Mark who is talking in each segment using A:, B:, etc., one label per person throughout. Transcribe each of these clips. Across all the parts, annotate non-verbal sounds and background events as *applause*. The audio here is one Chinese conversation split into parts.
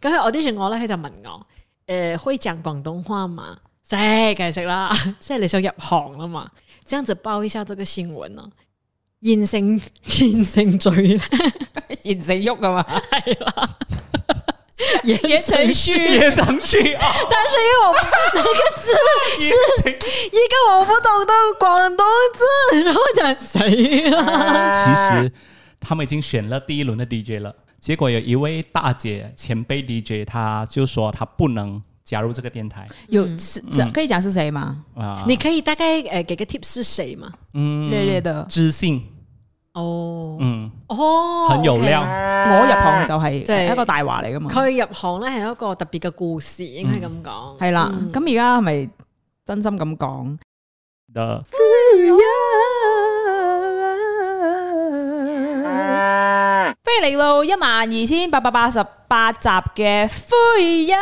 A: 咁佢 audition 我咧，佢就問我：诶、呃，會講廣東話嘛？識梗係識啦， *laughs* 即係你想入行啦嘛？這樣子報一下這個新聞啊咯，現 *laughs* 成現成罪咧，
B: 現成喐啊嘛，
A: 係啦，言
B: 言承旭
C: 也想去啊，
A: *laughs* 但是因为我那个字是一个我不懂的广东字，然后讲谁
C: *laughs*
A: 了？
C: 其实他们已经选了第一轮的 DJ 了，结果有一位大姐前辈 DJ，她就说她不能加入这个电台
B: 有是这可以讲是谁吗？
C: 啊，
A: 你可以大概呃给个 tip 是谁吗？
C: 嗯
B: 略略的，
C: 知性，
A: 哦
C: 嗯，
A: 哦，
C: 很有
A: OK
C: 料。
B: 我入行就係
A: 即係
B: 一個大話嚟噶嘛，
A: 佢入行咧係一個特別嘅故事，應該咁講。
B: 係啦
A: 嗯。
B: 咁而家係咪真心咁講？
C: 的，
B: 歡迎嚟到一萬二千八百八十八集嘅《灰友》，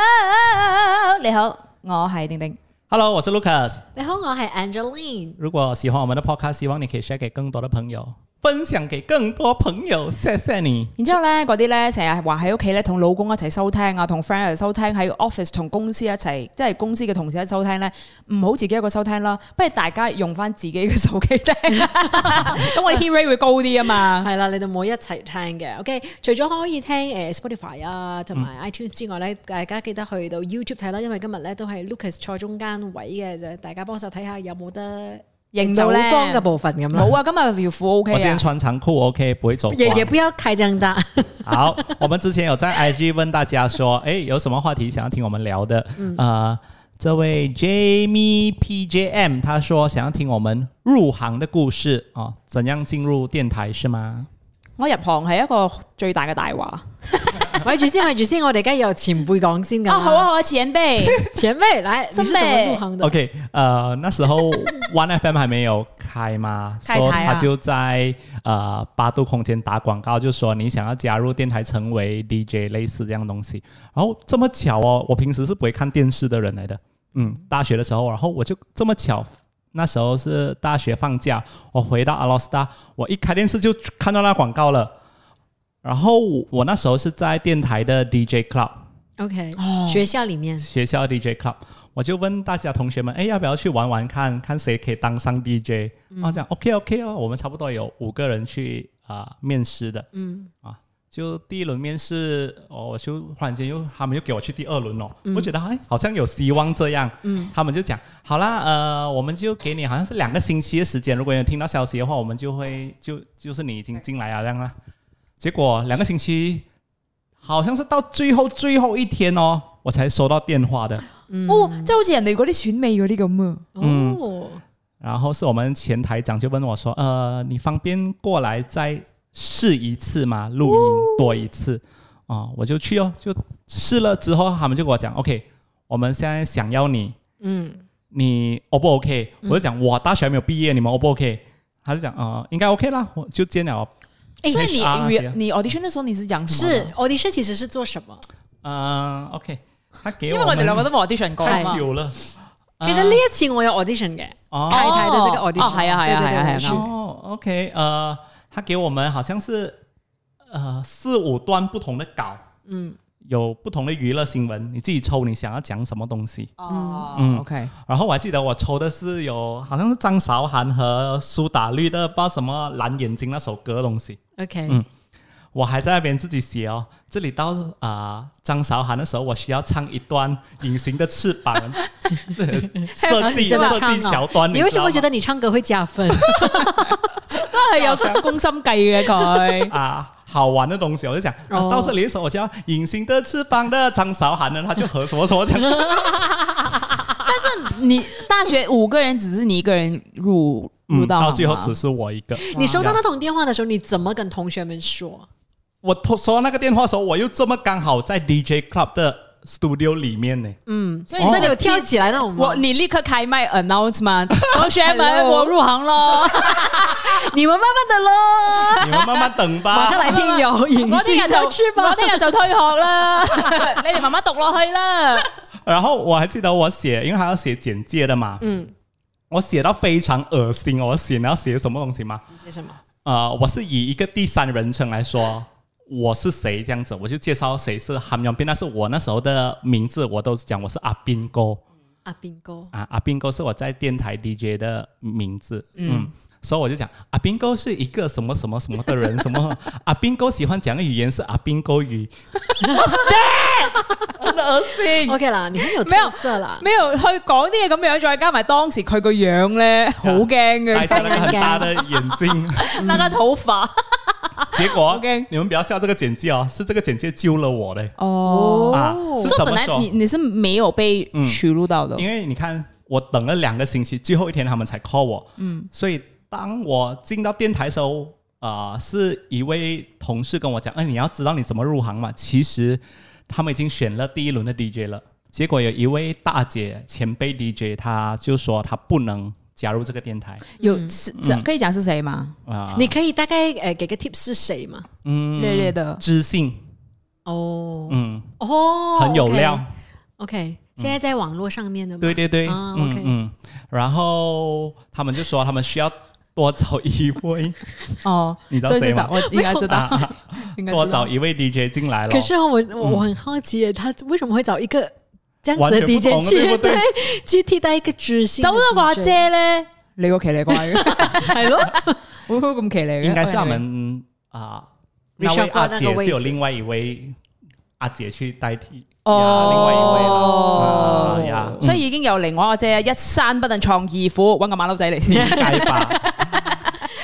B: 你好，我係丁丁。
C: Hello，我是 Lucas。
A: 你好，我係 Angeline。
C: 如果喜欢我们的 podcast，希望你可以 share 给更多的朋友，分享给更多朋友，谢谢你。
B: 然之後咧，嗰啲咧成日話喺屋企咧同老公一齊收聽啊，同 friend 一齊收聽，喺 office 同公司一齊，即係公司嘅同事一齊收聽咧，唔好自己一個收聽啦，不如大家用翻自己嘅手機 *laughs* 聽，咁我哋 hit rate 會高啲啊嘛。
A: 係啦，你哋冇一齊聽嘅，OK。除咗可以聽誒 Spotify 啊，同
B: 嗯
A: 埋 iTunes 之外咧，大家記得去到 YouTube 睇啦，因為今日咧都係 Lucas 坐中間位嘅啫，大家幫手睇下有冇得
B: 認到咧
A: 走光嘅部分咁啦。
B: 冇啊，今日條褲 OK
C: 我今
B: 啊
C: 天，穿长裤，OK，不会走
A: 也
C: 光
A: 也不要太正
B: *laughs*
A: 大，
C: 好，我们之前有在 IG 问大家说，哎，有什么话题想要听我们聊的？呃，这位 Jamie PJM 他说想要听我们入行的故事啊、哦怎样进入电台是吗？
B: 我入行係一個最大嘅大話。
A: 咪住先，咪住先，我哋而家由前輩講先咁啦。
B: 啊，好啊，好啊，
A: *laughs*
B: 前輩，
A: 前輩來，你
B: 真
A: 是怎
B: 的
A: 么入行的
C: OK，呃，那时
B: *laughs*
C: 候 One FM 还没有开嘛，
B: 开
C: 说
B: 台啊
C: 他就在呃八度空间打广告，就说你想要加入电台成为 DJ 类似这样东西。然后这么巧哦，我平时是不会看电视的人来的，嗯，大学的时候，然后我就这么巧。那时候是大学放假，我回到阿拉斯加，我一开电视就看到那广告了。然后我我那时候是在电台的 DJ club，
A: ？OK，学
B: 哦
A: 校里面
C: 学校 DJ club，我就问大家同学们，哎，要不要去玩玩看看谁可以当上 DJ？、然后讲 OK OK 哦，我们差不多有五个人去啊、面试的，嗯啊，就第一轮面试，哦我就忽然间又他们又给我去第二轮哦，我觉得哎好像有希望这样，嗯，他们就讲好啦，呃，我们就给你好像是两个星期的时间，如果有听到消息的话，我们就会就就是你已经进来啊这样啦。结果两个星期，好像是到最后最后一天哦，我才收到电话的。
A: 嗯
B: 哦，即係好似人哋嗰啲選美嗰啲咁啊。
C: 嗯
A: 哦，
C: 然后是我们前台长就问我说：“呃，你方便过来再试一次吗？录音多一次啊、我就去哦，就试了之后，他们就跟我讲：“OK，我们现在想要你，
A: 嗯，
C: 你 O 不 OK？”、我就讲：“我大学还没有毕业，你们 O 不 OK？” 他就讲：“呃，应该 OK 啦。”我就见了。
B: 所以你啊
C: HR 那些
B: re- 你 audition 的時候你是講什麼
A: 是
B: 呢？
A: 我的事其实是做什么？
C: 嗯、o k 他给
B: 因
C: 我
B: 為
C: 们
B: 我哋兩個都冇 audition 過啊
C: 太
B: 嘛。
C: 久了。
B: 啊
A: 其实呢一次我有 audition 嘅，
C: 哦
A: 太太的這個 audition
B: 哦，係啊，係啊，
A: 對對
B: 係啊，
A: 對
B: 係啊
A: 是
B: 啱
C: 哦，OK，呃，他给我们好像是呃四五段不同的稿，
A: 嗯，
C: 有不同的娱乐新闻，你自己抽你想要讲什么东西。
B: 哦
C: 嗯
B: ，OK，
C: 然后我还记得我抽的是有好像是张韶涵和苏打绿的，不知道什么蓝眼睛那首歌的东西。
A: OK，
C: 嗯我还在那边自己写哦，这里到啊、张韶涵的时候，我需要唱一段《隐形的翅膀》 *laughs*
A: *laughs*
C: 设计
A: 真的
C: 设
A: 唱
C: 计
A: 哦
C: 桥段，
A: 你为什么
C: 知
A: 觉
C: 道
A: 得
C: 吗
A: 你唱歌会加
C: *laughs*
A: 分？
B: 都係有攻心
A: *laughs*
B: 計嘅佢。
C: 啊好玩的东西，我就想、啊
A: 哦
C: 到这里的时候，我就要隐形的翅膀的张韶涵呢，他就和什么什么讲，
A: *laughs*
B: 但是你大學五個人，只是你一個人入入
C: 嗯，到
B: 到行啊
C: 最后
B: 嗎
C: 只是我一个。啊
A: 你收到那通电话的时候，你怎么跟同学们说？
C: 我偷收到那个电话的时候，我又这么刚好在 DJ club 的 studio 里面呢，
A: 嗯，所
B: 以你
A: 所以
B: 是
A: 你有跳起来那种
B: 我
A: 吗？
B: 你立刻開麥
A: *laughs*
B: announcement，同學們，
A: Hello
B: 我入行咯，
A: *laughs*
B: *laughs*
A: 你们慢慢的咯，
C: 你们慢慢等吧
B: *laughs*
A: 马。上来听有隐
B: 我聽
A: 形
B: 日就
A: 的翅
B: 我
A: 膀。
B: 聽日就退學啦，你哋慢慢讀落去啦。
C: 然后我还记得我写，因为还要写简介的嘛，
A: 嗯，
C: 我写到非常恶心，啊我写你要写什么东西吗？
A: 你写什么？
C: 呃，我是以一个第三人称来说，我是谁这样子，我就介绍谁是韩永斌，但是我那时候的名字我都是讲我是阿斌哥
B: 哎
A: 阿斌哥，
C: 啊，阿斌哥是我在电台 DJ 的名字，嗯。所以我就讲阿斌哥是一个什么什么什么的人，什
B: *laughs*
C: 么阿斌哥喜欢讲的语言是阿斌哥语，
B: 很恶心
A: OK 啦，你很有
B: 沒有
A: 特色啦，
B: 咩又去講啲嘢咁樣，再加埋當時佢個樣咧，好驚
C: 戴
B: 嘅，
C: 着那个很大的眼镜，
B: 那個頭髮。
C: 结果
B: OK
C: 你们不要笑这个简介哦，是这个简介救了我嘞。
B: *laughs* 哦，
C: 啊，是
B: 所
C: 怎嗯
B: 以本
C: 么
B: 來
C: 说
B: 你？你是沒有被取錄到的
C: 因为你看，我等了两个星期，最后一天他们才 call 我。嗯，所以当我进到电台的时候，啊、是一位同事跟我讲，嗯、你要知道你怎么入行嘛。其实他们已经选了第一轮的 DJ 了。结果有一位大姐前辈 DJ，她就说她不能加入这个电台
B: 有是这可以講是誰嗎？
C: 啊、
A: 你可以大概呃给个 tips 是谁嘛？
C: 嗯，
B: 略略的，
C: 知性，
A: 哦
C: 嗯，
A: 哦，
C: 很有料。
A: OK，现在在网络上面的嘛，
C: 对对对，
A: 啊
C: 嗯
A: OK
C: 嗯，然后他们就说他们需要多找一位，
B: 哦，
C: 你知道
B: 所以就
C: 谁吗
B: 找我應該知道，
C: 啊
B: 應該知道
C: 多找一位 DJ 进来了
A: 可。是哦我我我很好奇耶，他为什么会找一个这样
C: 嗯完
A: 子的
C: 全不
A: DJ
C: 同的
A: 去
C: 对不对
A: 去替代一个知性
B: 走
A: 的 DJ？
B: 咗個阿姐咧，你個騎呢怪嘅， *laughs* 係 *laughs* 咯，會唔會咁騎呢嘅？
C: 应该是他们啊，那
A: Reshuffle
C: 位阿
A: 啊那
C: 姐
A: 个位
C: 是
A: 置
C: 有另外一位阿姐去代替
A: 哦
C: 呀另外一位了。
B: 哦
C: 啊呀嗯
B: 所以已經有另外一個姐，一山不能藏二虎，揾個馬騮仔
C: *laughs*
B: 嚟先。
C: 应该吧。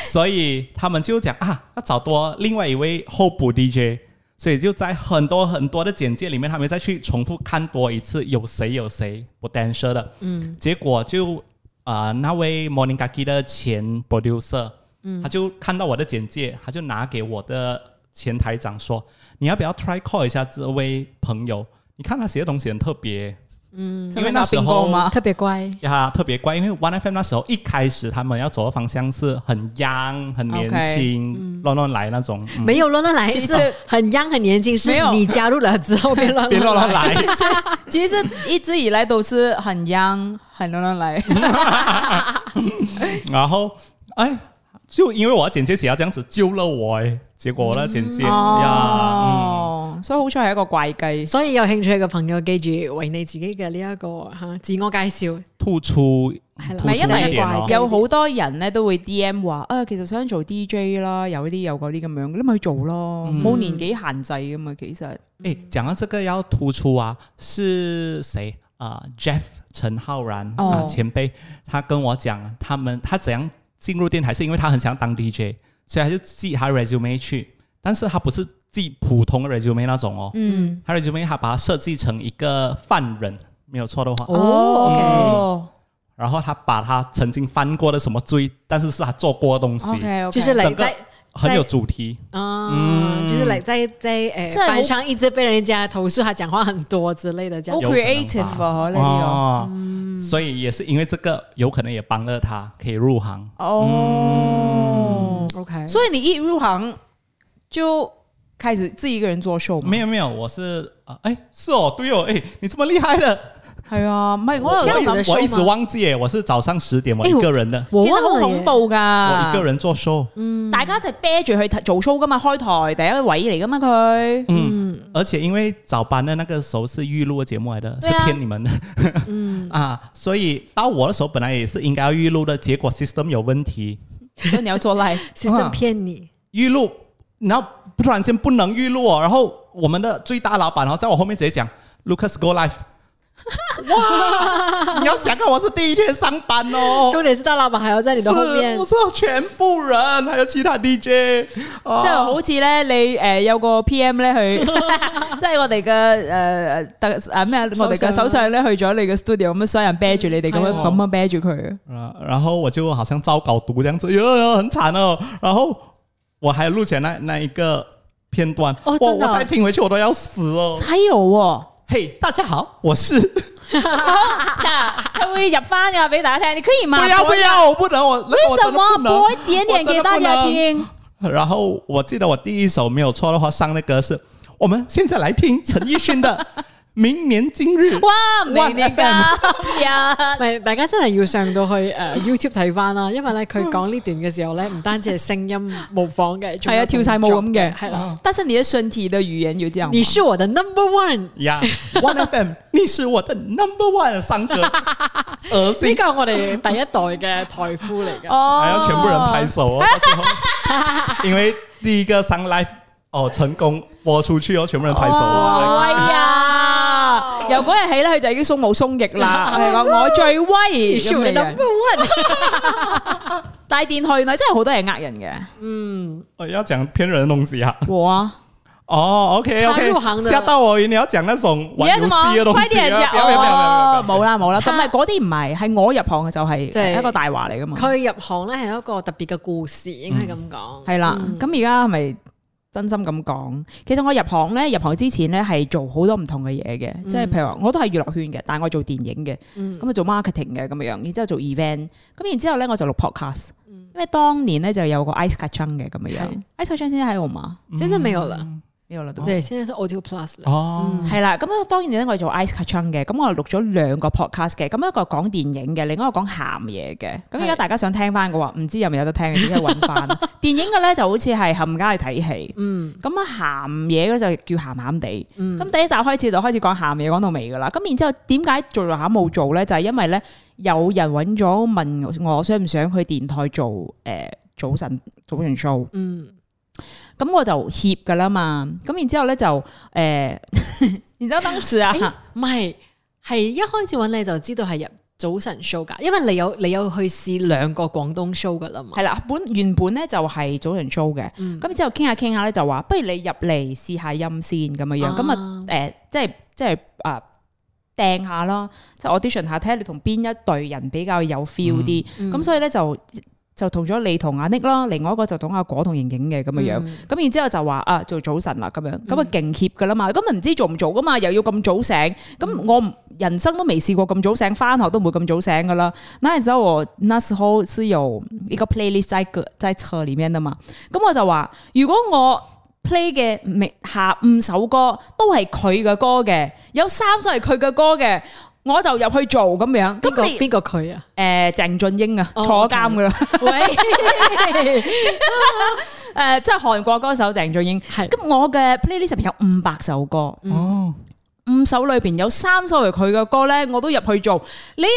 C: 所以他们就讲啊，要找多另外一位候补 DJ，所以就在很多很多的简介里面，他们再去重复看多一次有谁有谁 potential 的，嗯，结果就啊、呃那位 Moningaki 的前 producer，嗯，他就看到我的简介，他就拿给我的前台长说，你要不要 try call 一下这位朋友？你看他写的东西很特别，嗯，因为那时
B: 邊
C: 候
B: 個嘛，
A: 特别乖，
C: 呀，特别乖，因为 One FM 那时候一开始他们要走的方向是很 young、很年
B: OK，
C: 轻、乱乱来那种，嗯
A: 没有乱乱来，
B: 其实
A: 是很 young 很年轻，是
B: 没有
A: 你加入了之后变乱
B: *laughs*
C: 别乱
A: 来
C: 乱来。
B: *laughs*
A: *laughs*
B: 其实一直以来都是很 young，很乱乱来。
C: 然后，哎，就因为我的简介写要这样子救了我，哎，结果我
B: 嗯
C: 的简介嗯呀，嗯
B: 哦，所以好彩係一個怪雞。
A: 所以有興趣嘅朋友，記住為你自己嘅呢一個吓自我介紹
C: 嗯突出
A: 係啦，
C: 突
B: 唔係因
C: 出
B: 為
C: 一点
A: 怪
C: 哦
A: 嘅。
B: 有好多人咧都會 D M 話啊，其實想做 D J 啦，有啲有嗰啲咁樣，你咪去做咯，
C: 嗯
B: 冇年紀限制噶嘛。其實
C: 哎，讲到这个要突出啊，是谁啊、j e f f 陈浩然啊、
B: 哦
C: 前辈，他跟我讲，他们他怎样进入电台，是因为他很想当 DJ，所以他就寄他 resume 去，但是他不是寄普通的 resume 那种哦，
B: 嗯，
C: 他 resume 他把它设计成一个犯人，没有错的话，
B: 嗯
C: 嗯
B: 哦
C: 然后他把他曾经犯过的什么罪，但是是他做过的东西，
B: 哦，OK，
A: 就是嚟
C: 整個
A: 在
C: 很有主题。
A: 啊，就是嚟在在诶
B: 真係好
A: 班上一直被人家投訴，他講話很多之類的，這
B: 好
A: 樣
C: 有可能吧
B: creative 啊，呢啲啊
C: 哦，所以也是因为这个，有可能也帮了他可以入行。
B: 哦。
A: OK，
B: 所以你一入行就开始自己一个人做 show 嘛？
C: 没有没有，我是啊，哎，是哦，对哦，哎，你这么厉害的，
B: 系啊，唔系我
A: 有
B: 又
A: 這樣
B: 心
A: 子的
B: 諗，
A: show
C: 我一直
A: 吗
C: 忘记耶，我是早上十点，我一
A: 我
C: 个人的，
A: 我
B: 其实
A: 忘
B: 好
A: 了
B: 恐
A: 耶，
B: 怖
C: 我
B: 噶。
C: 一个人做 show，
B: 大家就啤住去做 show 噶嘛，開台第一位嚟噶嘛佢。
C: 嗯，而且因为早班的那个时候是预录的节目来的，是
B: 对啊
C: 骗你们的，嗯 *laughs* 啊，所以到我的时候本来也是应该要预录的，结果 system 有问题，
B: 所以你要做
C: *laughs*
B: live，
A: system 骗你，
C: 预录，然后突然间不能预录哦，然后我们的最大老板，哦然后在我后面直接讲 Lucas go live，哇，你要想看我是第一天上班哦，
A: 重點是大老闆還要在你的後面
B: 哦
C: 是，不是全部人，还有其他 DJ，
B: 即係好似咧你诶有個 PM 咧去， *laughs* 即係我哋嘅诶特诶咩啊，我哋嘅
A: 首
B: 首
A: 相
B: 相咧去咗你嘅 studio 咁樣，所有人啤住你哋咁樣
A: 係喎
B: 咁樣啤住佢。
C: 啊，然后我就好像遭搞毒这样子，哟、很惨哦。然后我还录起来那那一个片段，
A: 哦
C: 哇，
A: 真的
C: 我
A: 哦
C: 再听回去我都要死哦。
B: 还有喎，
C: 嘿、大家好，我是
B: 嗱，啊佢會入翻噶俾大家聽，你可以
C: 不
B: 嘛？
C: 要不要，我不能，我
B: 为什么播
C: 播
B: 一点点给大家？听？
C: 然后我记得我第一首没有错的话，上的歌是我们现在来听陈奕迅的明年今
B: *laughs*
C: 日
B: 哇，明
C: One
B: 年今日。 *laughs*
A: 咪大家真係要上到去诶 YouTube 睇翻啦，因為咧佢講呢段嘅時候咧，唔單止係聲音模仿嘅，仲有
B: 係啊跳晒舞咁
A: 動
B: 嘅
A: 作係啦。
B: 但是你的身体的语言有这样吗
A: 你？是我的 number one，
C: 呀，One FM，你是我的 number one 三哥，恶
A: 呢
C: 心，
A: 個我哋第一代嘅台夫嚟嘅。
B: 哦
C: 还要全部人拍手哦，到
A: *laughs*
C: 最后因为第一个上 live 哦成功播出去哦，全部人拍手哦，
B: 威啊！由嗰日起咧，佢就已經鬆武鬆翼啦。佢講我最 *laughs* 威
A: 你是我的
B: 咁
A: number
B: 樣。
A: one，
B: 大電台原來真係好多嘢呃人嘅。
C: 哦要讲骗人的东西啊，
B: 我啊，
C: 哦，OK
A: 他入行
C: OK，
A: 的
C: 吓到我，你要讲那种
B: 而
C: 玩
B: 家
C: 游
B: 什
C: 戏
B: 麼
C: 的？东
B: 快
C: 西
B: 啲人
C: 啊，不
B: 入
C: 要不要不要不要
B: 哦，
C: 不要嗯
B: 冇啦冇啦。咁咪嗰啲唔係，係我入行嘅就係
A: 即係
B: 一個大話嚟噶嘛。
A: 佢入行咧係有一個特別嘅故事，應該咁講。
B: 係啦
A: 嗯，
B: 咁而家係咪真心咁講？其實我入行咧，入行之前咧係做好多唔同嘅嘢嘅，即係譬如話我都係娛樂圈嘅，但係我做電影嘅。
A: 嗯
B: 咁啊做 marketing 嘅咁樣，然之後做 event，咁然之後咧我就錄 podcast，因為當年咧就有個 ice kacang 嘅咁樣
A: 嗯係
B: ，ice kacang 先喺度嘛，
A: 真的沒有了，
B: 邊度啦都。
A: 對，現在是 Audio Plus 了。
C: 哦，
B: 係啦，咁啊當然咧，我係做 ice kacang 嘅，咁我錄咗兩個 podcast 嘅，咁一個講電影嘅，另一個講鹹嘢嘅。咁而家
A: 係
B: 大家想聽翻嘅話，唔知有咪有得聽嘅，而家揾翻。啊
A: *laughs*
B: 電影嘅咧就好似係冚家去睇戲，
A: 嗯
B: 咁啊鹹嘢嗰就叫鹹鹹地。
A: 嗯，
B: 咁第一集開始就開始講鹹嘢，講到尾噶啦。咁然之後點解做做下冇做咧？就係、因為咧有人揾咗問我想唔想去電台做誒、呃早晨早晨 show，
A: 嗯
B: 咁我就怯噶啦嘛。咁然之後咧就誒， *laughs* 呃然之後當時啊，
A: 誒哎唔係，係一開始揾你就知道係入早晨 show 㗎，因為你有你有去試兩個廣東 show 㗎啦嘛。
B: 係啦，本原本咧就係早晨 show 嘅。
A: 嗯
B: 咁然之後傾下傾下咧就話，不如你入嚟試下音先咁樣樣。咁啊
A: 啊
B: 誒，即係即係啊掟下啦，即係 audition 下睇下你同邊一隊人比較有 feel 啲。
A: 嗯
B: 咁所以咧就就同咗你同阿 Nick 啦，另外一個就同阿果同盈盈嘅咁嘅樣。
A: 嗯
B: 咁然之後就話啊做早晨啦咁樣，咁啊勁協噶啦嘛，咁啊唔知做唔做噶嘛，又要咁早醒，咁我唔人生都未試過咁早醒，翻學都唔會咁早醒噶啦。那時候我那時候是有一個 playlist 在個在車裡面啊嘛，咁我就話如果我 play 嘅明下五首歌都係佢嘅歌嘅，有三首係佢嘅歌嘅，我就入去做咁樣。
A: 邊個
B: 咁你
A: 邊個佢啊？
B: 誒鄭俊英啊，
A: 哦
B: 坐監噶啦， *laughs*
A: 喂，
B: 誒即係韓國歌手鄭俊英。
A: 係
B: 咁我嘅 playlist 入邊有五百首歌，
A: 嗯
C: 哦，
B: 五首裏邊有三首係佢嘅歌咧，我都入去做。你有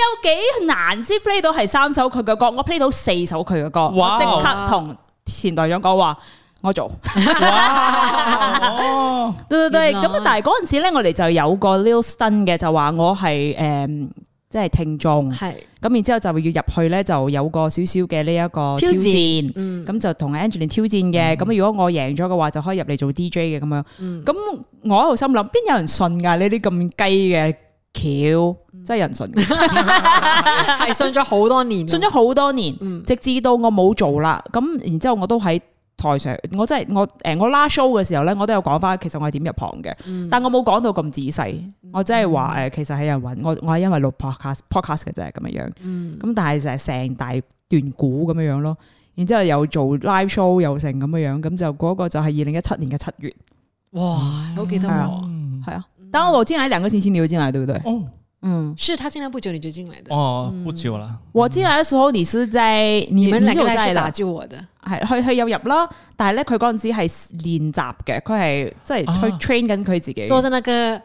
B: 幾難先 play 到係三首佢嘅歌？我 play 到四首佢嘅歌，
C: 哇
B: 我即刻同前隊長講話。我做，
C: 哦
A: *laughs*
C: 哇，哦，
B: 對對對，
A: 原
B: 咁
A: 來
B: 啊！但係嗰陣時咧，我哋就有個 Lil Stun 嘅，就話我係誒、即係聽眾，
A: 係
B: 咁然之後就要入去咧，就有個少少嘅呢一個
A: 挑
B: 挑
A: 戰
B: 戰，
A: 嗯
B: 咁就同 Angeline 挑戰嘅，咁、如果我贏咗嘅話，就可以入嚟做 DJ 嘅咁樣。咁、
A: 嗯
B: 我喺度心諗，邊有人信㗎？呢啲咁雞嘅橋，
A: 嗯
B: 真係有
A: *laughs*
B: 人信嘅，
A: 係信咗好多年，啊嗯
B: 信咗好多年，直至到我冇做啦。咁然之後我都喺台上，我真係我誒我拉 show 嘅時候咧，我都有講翻，其實我係點入行
A: 嗯
B: 嘅，但我冇講到咁仔細。我真係話誒，其實係有人揾我，我係因為錄 podcast podcast 嘅啫咁樣樣。咁、
A: 嗯
B: 但係就係成大段股咁樣樣咯。然之後又做 live show 又成咁樣樣，咁就嗰個就係二零一七年嘅七月，
A: 哇，好記得
B: 係
A: 我
B: 啊。係啊。當我進來兩個星期，你就進來，對不對？
C: 哦，
B: 嗯，
A: 是他进来不久你就进来的，
C: 哦，不久了，
B: 我進來嘅時候，你是在你
A: 你們兩
B: 有
A: 個
B: 在
A: 人是
B: 的
A: 打救我的，
B: 係佢佢有入啦，但係咧佢嗰陣時係練習嘅，佢係即係
C: 啊
A: 哦
B: 佢 train 緊佢自己。
A: 坐在那个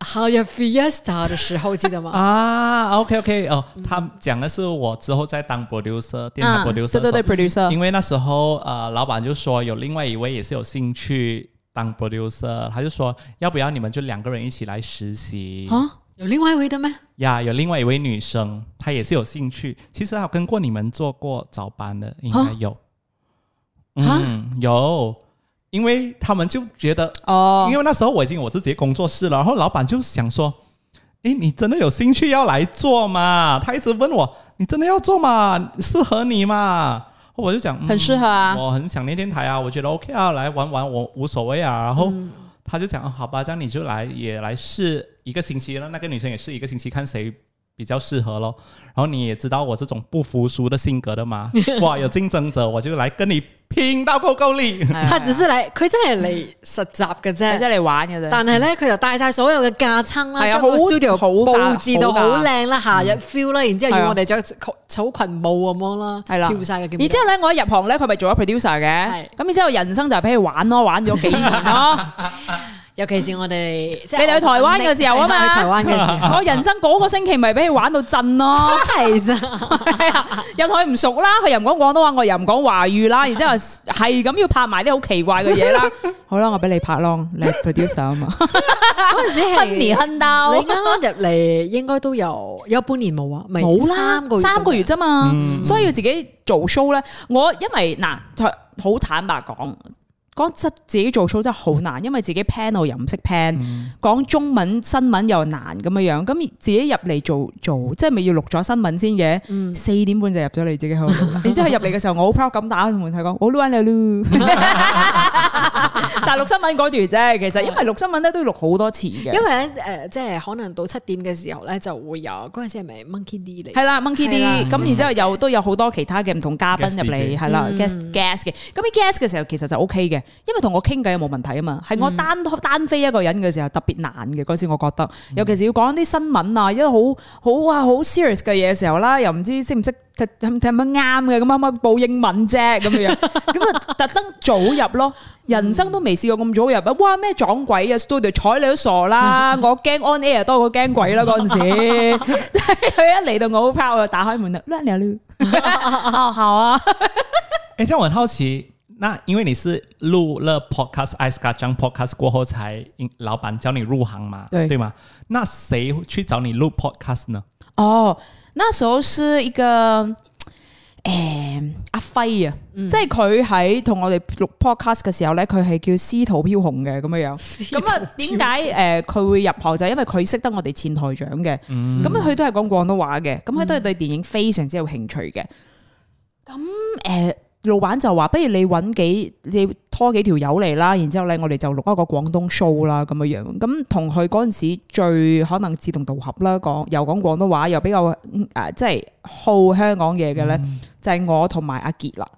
A: 好呀 Fiesta 的时候，记得吗？
C: 啊，OK OK，哦，他讲的是我之后在当 producer 电台
B: 嗯
C: producer，、
B: 對對對，producer，
C: 因为那时候呃，老板就说有另外一位也是有兴趣当 producer，他就说要不要你们就两个人一起来实习
B: 啊，
A: 有另外一位的咩？
C: 呀有另外一位女生，她也是有兴趣，其实她有跟过你们做过早班的，应
B: 啊
C: 该有，嗯，有，因为他们就觉得
B: 哦，
C: 因为那时候我已经有我自己工作室了，然后老板就想说，诶，你真的有兴趣要来做吗？他一直问我，你真的要做吗？适合你吗？我就讲，嗯
B: 很适合啊，
C: 我很想念电台啊，我觉得 OK 啊，来玩玩我无所谓啊。然后
B: 嗯
C: 他就讲，哦，好吧，这样你就来也来试一个星期了。那个女生也试一个星期，看谁比较适合
B: *laughs*
C: 咯。然后你也知道我这种不服输的性格的嘛，哇，有竞争者我就来跟你拼到夠夠力。
B: 哎
C: *laughs*
B: 啊
A: 他只是嚟，佢真係嚟實習嘅
B: 係即
A: 啫。
B: 係嚟玩嘅啫。
A: 但係咧，佢就帶晒所有嘅架撐啦，
B: 係啊
A: 將個
B: 好
A: studio
B: 好架
A: 佈置到好
B: 好架嗯
A: 靚啦，夏日 feel 啦，然之後
B: 係啊
A: 要我哋着草裙舞咁樣啦，
B: 係啦
A: 跳晒嘅叫咩。
B: 然之後咧，我一入行咧，佢咪做咗 producer 嘅
A: 係。
B: 咁然之後人生就係俾佢玩咯，玩咗幾年咯。
A: 尤其是我哋即
B: 你哋去台灣嘅時候啊嘛
A: 去台灣嘅
B: *laughs*
A: 時候，
B: 我人生嗰個星期咪俾佢玩到震
A: *laughs*
B: 咯。
A: 真係咋？
B: 係啊，又同佢唔熟啦，佢又唔講廣東話，我又唔講華語啦，然之後係咁要拍埋啲好奇怪嘅嘢啦。好啦，我俾你拍咯，你 producer 啊嘛。
A: 嗰陣時
B: *laughs*
A: 係
B: Honey 亨兜
A: 你啱啱入嚟應該都有有半年冇啊，咪
B: 冇啦
A: 三個，月
B: 三個月啫嘛，
C: 嗯
B: 所以要自己做 show 咧。我因為嗱，好坦白講，講真自己做 show 真係好難，因為自己 panel 又唔識 pan，講中文新聞又難咁樣樣，咁自己入嚟做做，即係咪要錄咗新聞先嘅？四點半就入咗嚟自己喺度，然之後入嚟嘅時候，我好 proud 咁打同門睇講，我 run 啦 lu，就係錄新聞嗰段啫。其實因為錄新聞咧都要錄好多次嘅
A: 因，為咧誒、呃即係可能到七點嘅時候咧，就會有嗰陣時係咪 Monkey D 嚟？
B: 係啦，Monkey
A: 係啦
B: D，咁然之後有都有好多其他嘅唔同嘉賓
C: Guest
B: 入嚟，
C: DJ
B: 係啦
A: 嗯
B: ，guest guest 嘅。咁啲 guest 嘅時候其實就 OK 嘅，因為同我傾偈冇問題啊嘛。係我單單飛一個人嘅時候特別難嘅嗰陣時，我覺得，尤其是要講啲新聞啊，因為好好啊好 serious 嘅嘢嘅時候啦，又唔知識唔識。睇睇睇乜啱嘅咁啱啱報英文啫咁樣，咁啊特登早入咯，人生都未試過咁早入啊！哇咩撞鬼啊 studio，睬你都傻啦！我驚 on air 多過驚鬼啦嗰陣時， *laughs* 佢一嚟到我好 proud 啊，打開門啦，亂聊咯， *laughs* 哦好啊，
C: 哎，这样我很好奇，那因为你是录了 Podcast i s c a j a n Podcast 过后才，老板教你入行嘛，
B: 对
C: 吗？那谁去找你录 Podcast 呢？
B: 哦，那時候是一個誒阿輝啊，即係佢喺同我哋錄 podcast 嘅時候咧，佢係叫司徒飄紅嘅咁樣樣。咁啊，點解誒佢會入行就係因為佢識得我哋前台長嘅，咁佢都係講廣東話嘅，咁佢都係對電影非常之有興趣嘅。咁誒、呃老闆就話：不如你揾幾你拖幾條友嚟啦，然之後咧我哋就錄一個廣東 show 啦咁樣樣。咁同佢嗰陣時最可能志同道合啦，講又講廣東話，又比較誒、嗯啊即係好香港嘢嘅咧，就係我同埋阿傑啦。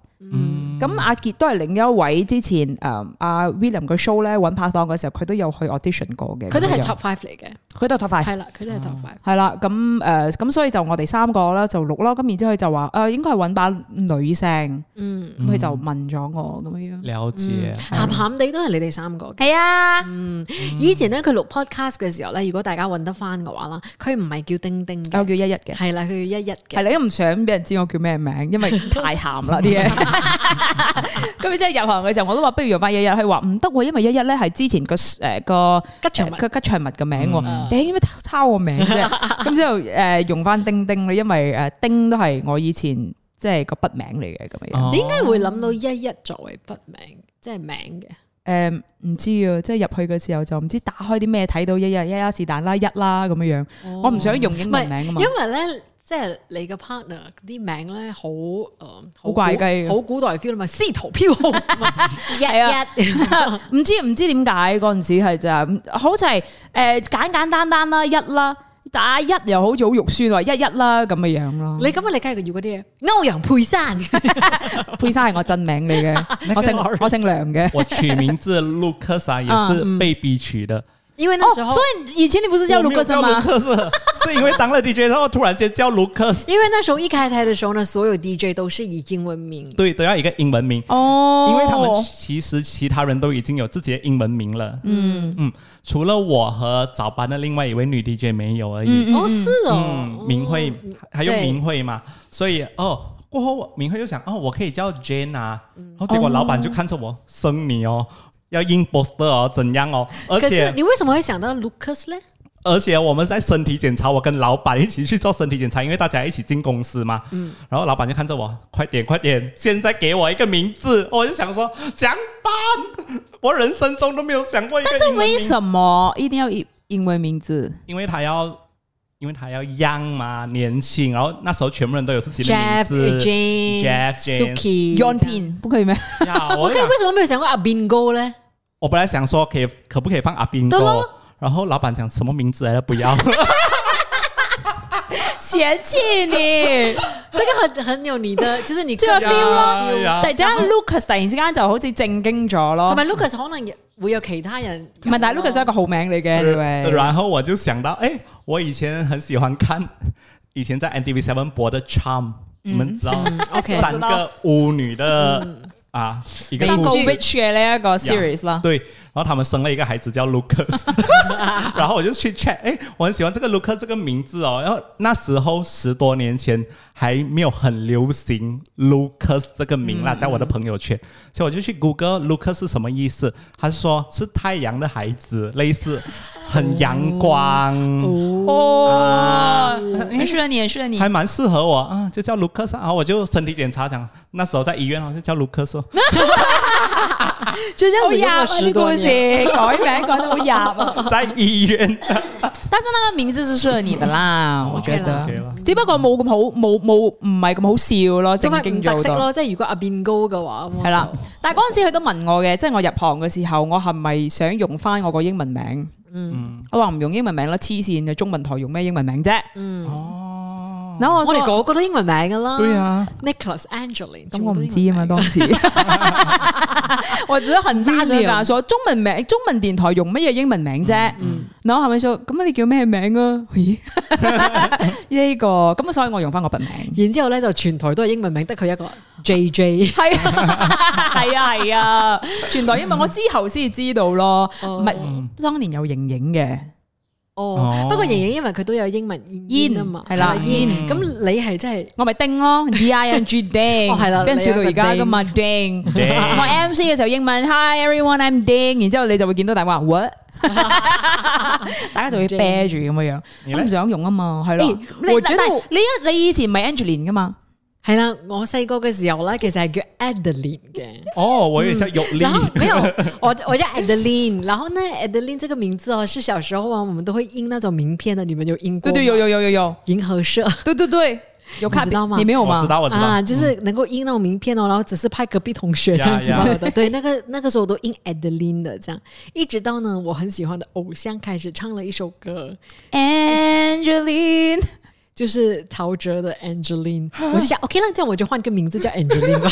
B: 咁、阿傑都係另一位之前誒阿、William 嘅 show 咧揾拍檔嘅時候，佢都有去 audition 過嘅。
A: 佢都係
B: 咁樣
A: top five 嚟嘅，
B: 佢都係嗯 top five
A: 係啦，佢都係 top five。
B: 係啦，咁誒咁所以就我哋三個啦，就錄啦，咁然之後佢就話誒、呃、應該係揾把女聲，
A: 嗯，
B: 咁佢就問咗我咁樣樣。
C: 了解，
A: 鹹鹹地都係你哋三個嘅。嗯
B: 係啊，
A: 以前咧佢錄 podcast 嘅時候咧，如果大家揾得翻嘅話啦，佢唔係叫丁丁
B: 我叫
A: 嘅，
B: 一一嘅，
A: 係啦，佢叫一一嘅。
B: 係啦，因為唔想俾人知我叫咩名，
A: *laughs*
B: 因為太鹹啦啲嘢。咁然之後入行嘅時候，我都話不如用翻一一，佢話唔得喎，因為一一咧係之前個誒個呃
A: 吉祥物嗯
B: 個吉祥物嘅名喎，你點解抄我名啫？
A: *laughs*
B: 咁之後誒用翻丁丁啦，因為誒丁都係我以前即係個筆名嚟嘅咁樣樣。
C: 哦
A: 你應該會諗到一一作為筆名，即係名嘅。
B: 誒唔、知啊，即係入去嘅時候就唔知打開啲咩，睇到一日一一是但啦一啦咁樣樣，我唔想用英文名啊嘛
A: 因。為咧，即係你嘅 partner 啲名咧，好誒，嗯
B: 好怪雞嘅
A: 古好古代 feel 啊嘛，司徒啊飄紅，一一
B: 唔知唔知點解嗰陣時係就係好似係誒簡簡單單啦一啦，打一又好似好肉酸喎，一一啦咁嘅樣咯。
A: 你咁啊，你梗係要嗰啲嘢，歐陽佩珊，
B: 佩珊係我真名嚟嘅，我姓我姓梁嘅。
C: 我取名字 Lucas 啊，也是被逼取的。
A: 因為
B: 哦
A: 那時，候，
B: 所以以前你不是叫
C: 我没有
B: Lucas
C: 叫
B: 嗎？
C: Lucas，是啊因为当了 DJ，然后突然间叫 Lucas，
A: 因為那時候一開台的時候呢，所有 DJ 都是以英文名。
C: 对，都要一个英文名。
B: 哦，
C: 因为他们其实其他人都已经有自己的英文名了，嗯嗯，除了我和早班的另外一位女 DJ 没有而已，
B: 嗯
A: 哦，是哦
C: 嗯，，明慧还有
A: 对
C: 明慧嘛，所以哦，过后明慧就想哦，我可以叫 Jane 啊，然后结果老板就看着我生你哦，要印 poster 哦，怎样哦，而
A: 可是
C: 且
A: 你为什么会想到 Lucas 呢？
C: 而且我们在身体检查，我跟老板一起去做身体检查，因为大家一起进公司嘛，嗯，然后老板就看着我，快点快点，现在给我一个名字，我就想说蒋班，我人生中都没有想过一个
B: 但
C: 英
B: 是
C: 文
B: 為
C: 名，
B: 什麼一定要英英文名字？
C: 因为他要。因为他要 young 嘛，年轻，然后那时候全部人都有自己的名字
A: Jane、
C: Jeff、Jane
A: Suki、
B: Yon Pin 不可以咩？ *laughs*
C: 呀，我
A: 我
C: 想
A: 为什么没有想过阿 Bingo 呢？
C: 我本来想说可以可不可以放阿斌
A: 对
C: 哥
A: 咯，
C: 然后老板讲什么名字来了不要，
B: 嫌弃你。
A: 这个很很有你的，就是
B: *laughs*
A: 你
B: 即係 feel
C: 呀
B: 咯。
C: 呀
B: 突然之間 Lucas 突然之間就好似正經咗咯
A: 同。埋 Lucas 可能會有啊其他人
B: 哦唔係，但係 Lucas 都係一個好名嚟嘅，
C: 然
B: 對
C: 然后我就想到，哎，我以前很喜欢看，以前在 NTV Seven 播的《Charm》，你们知道吗
A: OK
C: 三个巫女的啊一个
B: 三個
C: 故事
B: Witch 嘅呢一個 series 啦。
C: 对，然后他们生了一个孩子叫
B: *laughs*
C: Lucas，然后我就去 check，哎，我很喜欢这个 Lucas 这个名字哦。然后那时候十多年前还没有很流行 Lucas 这个名
B: 嗯
C: 啦，在我的朋友圈，所以我就去 Google Lucas 是什么意思。他说是太阳的孩子，类
B: *laughs*
C: 似很阳光，
B: 哦，很適合你，很適合你
C: 还。蛮适合我啊，就叫 Lucas 啊。然后我就身体检查讲，那时候在医院哦，就叫 Lucas 哦。
B: *laughs*
A: 就这
B: 好
A: 样子用了
B: 入
A: 十
B: 啲故
A: 多
B: 事，
A: 年。
B: 改名改得好入 *laughs* 啊！
C: 在医院，
B: 但是那個名字是適合你的啦， *laughs* 我覺
A: OK 啦
B: 得
C: OK 啦。
B: 只不過冇咁好，冇冇唔係咁好笑咯，
A: 即
B: 正
A: 係
B: 經
A: 唔
B: 咗
A: 特
B: 好
A: 色
B: 多。
A: 咯，即係如果阿變高嘅話，咁我
B: 係啦
A: 就，
B: 但係嗰陣時佢都問我嘅，即係我入行嘅時候，我係咪想用翻我個英文名？嗯，我話唔用英文名啦，黐線嘅中文台用咩英文名啫？
C: 哦，
B: 然後我
A: 我哋
B: 說
A: 個個都英文名㗎啦。
C: 对啊。
A: Nicholas Angeline，
B: 咁我唔知啊
A: *laughs*
B: 嘛，當時我只係很單純
A: William
B: 㗎，說中文名中文電台用乜嘢英文名啫？然後後尾說咁你叫咩名啊？
A: *laughs*
B: 咦，呢個咁所以我用翻我筆名。
A: 然之後咧就全台都係英文名，得佢一個
B: *laughs*
A: JJ。
B: 系系啊
A: *laughs*
B: 系啊，全台英文我之後先知道咯，
A: 哦
B: 唔係當年有盈盈嘅，
A: 哦
C: 哦，
A: *laughs* 不過瑩瑩因為佢都有英文煙啊嘛，
B: 煙係啦
A: 煙
C: 煙
A: 咁你係真係
B: 我咪叮咯，D I
A: *laughs*
B: N G 叮，
A: 哦係啦
B: 俾人笑到而家噶嘛，叮。
C: *laughs*
B: 我 M C 嘅時候英文，Hi everyone，I'm 叮，然之後你就會見到大家話
A: *laughs*
B: what，大家就會
A: 叮
B: 啤住咁樣樣，
C: 你
B: 我
C: 呢
B: 唔想用啊嘛，係咯
A: 咦。
B: 你
A: 我覺得
B: 但係你一你以前唔係 Angeline 噶嘛，
A: 係啦。我細個嘅時候咧，其實係叫 Adeline 嘅。
C: 哦，我也叫有力。
A: 然后没
C: *laughs*
A: 有，我我叫 Adeline，然后呢，Adeline 这个名字哦，是小时候啊，我们都会印那种名片的，你们有印过
B: 對
A: 吗？
B: 對有有有有有，
A: 银河社
B: 對對對，有卡
A: 你知道
B: 片
A: 嗎
B: 你沒有
C: 我知
B: 嗎？
C: 啊道，我知道。
A: 啊，就是能够印那种名片哦，然后只是派隔壁同学这样子
C: 呀呀
A: 的。对，那个那个时候我都印 Adeline 的，这样一直到呢，我很喜欢的偶像开始唱了一首歌，
B: Angeline， *laughs*
A: 就是陶喆的 Angeline，我就想 OK 啦，这样我就换个名字叫 Angeline 吧。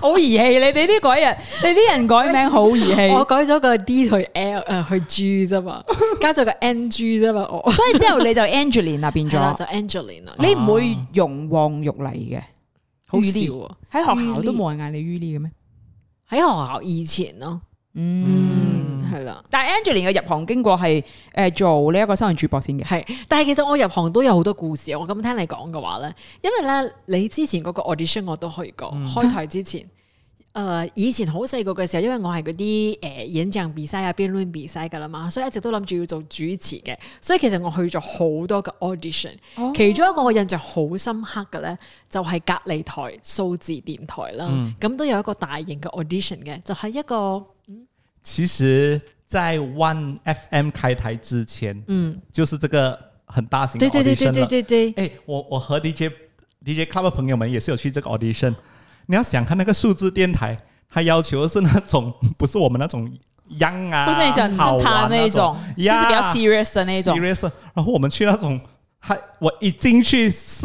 B: 好兒戲，你哋啲改人，你啲人改名好兒戲。
A: 我改咗個 D 去 L 诶、呃去 G 啫嘛，加咗個 N G 啫嘛，我
B: 所以之後你就 Angeline 啦變
A: 係啦
B: 咗
A: 就，Angeline 啦，
B: 你唔會用黃玉麗嘅，
A: 好
B: 於
A: 笑
B: 呢
A: 啊！
B: 喺學校都冇人嗌你于呢嘅咩？
A: 喺學校以前咯，嗯，係啦，
B: 但係 Angeline 嘅入行經過係诶做呢一個新聞主播先嘅，
A: 係。但係其實我入行都有好多故事，我咁聽你講嘅話咧，因為咧你之前嗰個 audition 我都去過，
B: 嗯
A: 開台之前。 *laughs* 誒、以前好細個嘅時候，因為我係嗰啲誒演講比賽啊、辯論比賽㗎啦嘛，所以一直都諗住要做主持嘅，所以其實我去咗好多嘅 audition，、其
B: 哦
A: 中一個我印象好深刻嘅咧，就係、隔離台數字電台啦，
B: 嗯
A: 咁、都有一個大型嘅 audition 嘅，就係、一個。
C: 其实，在 One FM 开台之前，嗯，就是这个很大型的
A: 对对
C: audition
A: 对对对对对，
C: 哎，我我和 DJ DJ club 的朋友们也是有去这个 audition。你要想看那个数字电台，它要求的是那种不是我们那种央啊，
B: 好似你就唔
C: 好
B: 識他
C: 玩
B: 那
C: 那
B: 一種，就是
C: 呀
B: 比較 serious 嘅那一種。
C: serious 然后我们去那种，还我一进去是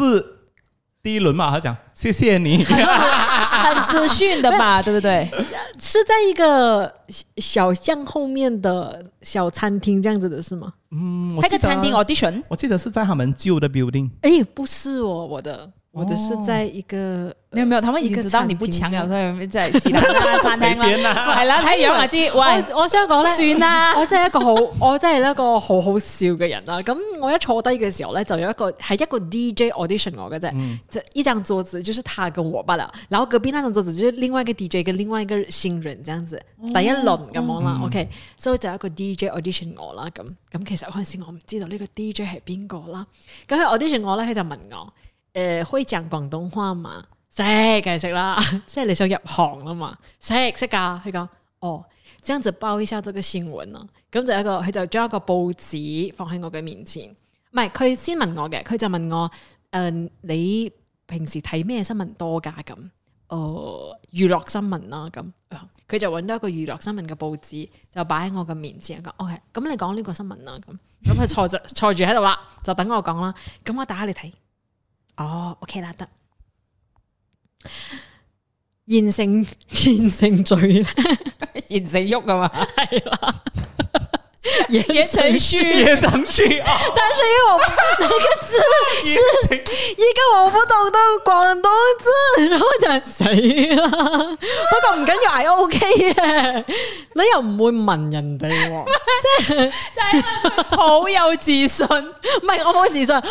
C: 第一轮嘛，他讲谢谢你。
B: 啊很资讯的 *laughs* 吧，對不對？
A: 是在一个小小巷后面的小餐厅这样子的是吗？
C: 嗯，我
B: 喺
C: 记
B: 個
C: 得
B: 餐廳 audition，
C: 我记得是在他们旧的 building。
A: 哎，不是哦，我的我的是在一个、
B: 你有沒有？他們已經知道你不強啊有，所以即係是但啦，餐廳
C: *laughs* 隨便
B: 啦，
C: 啦
B: 係啦，睇樣啊 *laughs* 就知。喂，
A: 我我想講咧，
B: 算啦
A: 我真係一個好， *laughs* 我真係一個好好笑嘅人啦。咁我一坐低嘅時候咧，就有一個係一個 DJ audition 我嘅啫，这一張桌子就是他跟我罷了，然後隔壁那張桌子就是另外一個 DJ 跟另外一個新人這樣子，第一輪咁樣啦。OK，所以就有一個 DJ audition 我啦。咁咁其實嗰陣時我唔知道呢個 DJ 係邊個啦。咁佢 audition 我咧，佢就問我：誒、可以講廣東話嘛？識梗係識啦， *laughs* 即係你想入行啦嘛？識識㗎。佢講：哦，這樣子報一下這個新聞啦。咁就有一個，佢就將一個報紙放喺我嘅面前。唔係，佢先問我嘅，佢就問我：誒、呃你平時睇咩新聞多㗎？咁。哦，娛樂新聞啦，咁佢就揾到一個娛樂新聞嘅報紙，就擺喺我嘅面前講，OK，咁啊你講呢個新聞啦，咁咁佢坐就坐住喺度啦，就等我講啦，咁我打下你睇，哦，OK 啦，得。現性現性 *laughs* 罪
B: 現成喐啊嘛，
A: 係啦，言
B: 言承旭，
C: 也想
A: *laughs*
C: 去啊！
A: 但是因为我不那个字是一个我不懂的广东字，然后我就死 *laughs* 啦。不过唔紧要，系 O K 嘅。你又唔会问人哋
C: 哦
A: 喎，
B: 好有自信。
A: 唔系我冇自信，我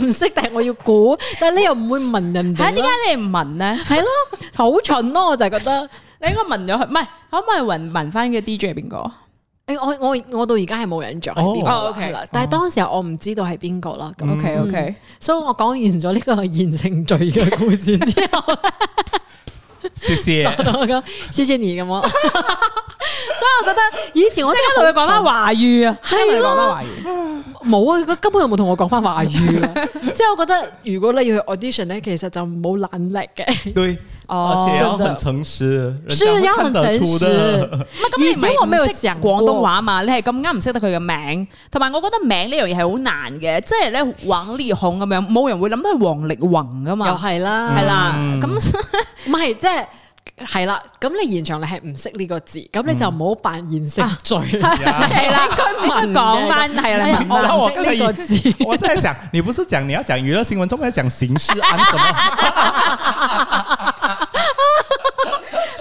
A: 都唔识，但系我要估。但系你又唔会问人
B: 吓，
A: 哋
B: 点
A: 咯，
B: 解你唔問咧？
A: 系咯，好蠢咯，我就係觉
B: *laughs*
A: 得。
B: 你應該問咗佢，唔係可唔可以問問翻嘅 DJ 係邊個？
A: 诶，我我我到而家系冇印象係邊個
B: 哦
A: 啦
B: ，OK
A: 係啦但系当時候我唔知道係邊個啦。咁
B: OK OK，
A: 所以我講完咗呢個言承罪嘅故事之後。
C: 谢谢。
A: 我同佢講謝謝你咁咯。所以我覺得以前我
B: 我即
A: 真係
B: 刻同
A: 同
B: 佢
A: 佢
B: 講
A: 講
B: 翻
A: 翻話
B: 華語啊，
A: 係咯
B: 即刻同佢講翻華語。
A: 冇啊，佢根本又冇同我講翻華語啊。即係我覺得如果你要去 audition 咧，其實就冇懶力嘅。
C: 对，
B: 哦
C: 而且要
A: 真的
C: 很诚实，人
A: 是
C: 家会
A: 要
C: 看
A: 很
C: 得
A: 誠
C: 出的
A: *laughs* 實。。
B: 咁
A: 以
B: 你唔
A: 前
B: 係
A: 我
B: 我
A: 沒有
B: 唔識
A: 想
B: 廣
A: 過
B: 東話嘛？你係咁啱唔識得佢嘅名，同埋我覺得名呢樣嘢係好難嘅，即係咧王力宏咁樣，冇人會諗到係王力宏噶
A: 又
B: 嘛，
A: 係哎啦，
B: 係啦。
C: 嗯
B: 咁
A: *laughs* 唔係即係係啦。咁你現場你係唔識呢個字，咁你就唔好扮現成罪。
B: 嗯啊
A: *laughs*
B: 係啦，佢
A: 問嘅
B: 講翻係啊
A: 哎 *laughs*
B: 啦，
A: 呀
B: 問
C: 我
B: 返
C: 然後我
A: 唔識
C: 刚才
A: 呢個
C: 以
A: 字
C: 我在想，你不是讲你要讲娱乐新闻，怎么要讲刑事案
A: *laughs*
C: 什么？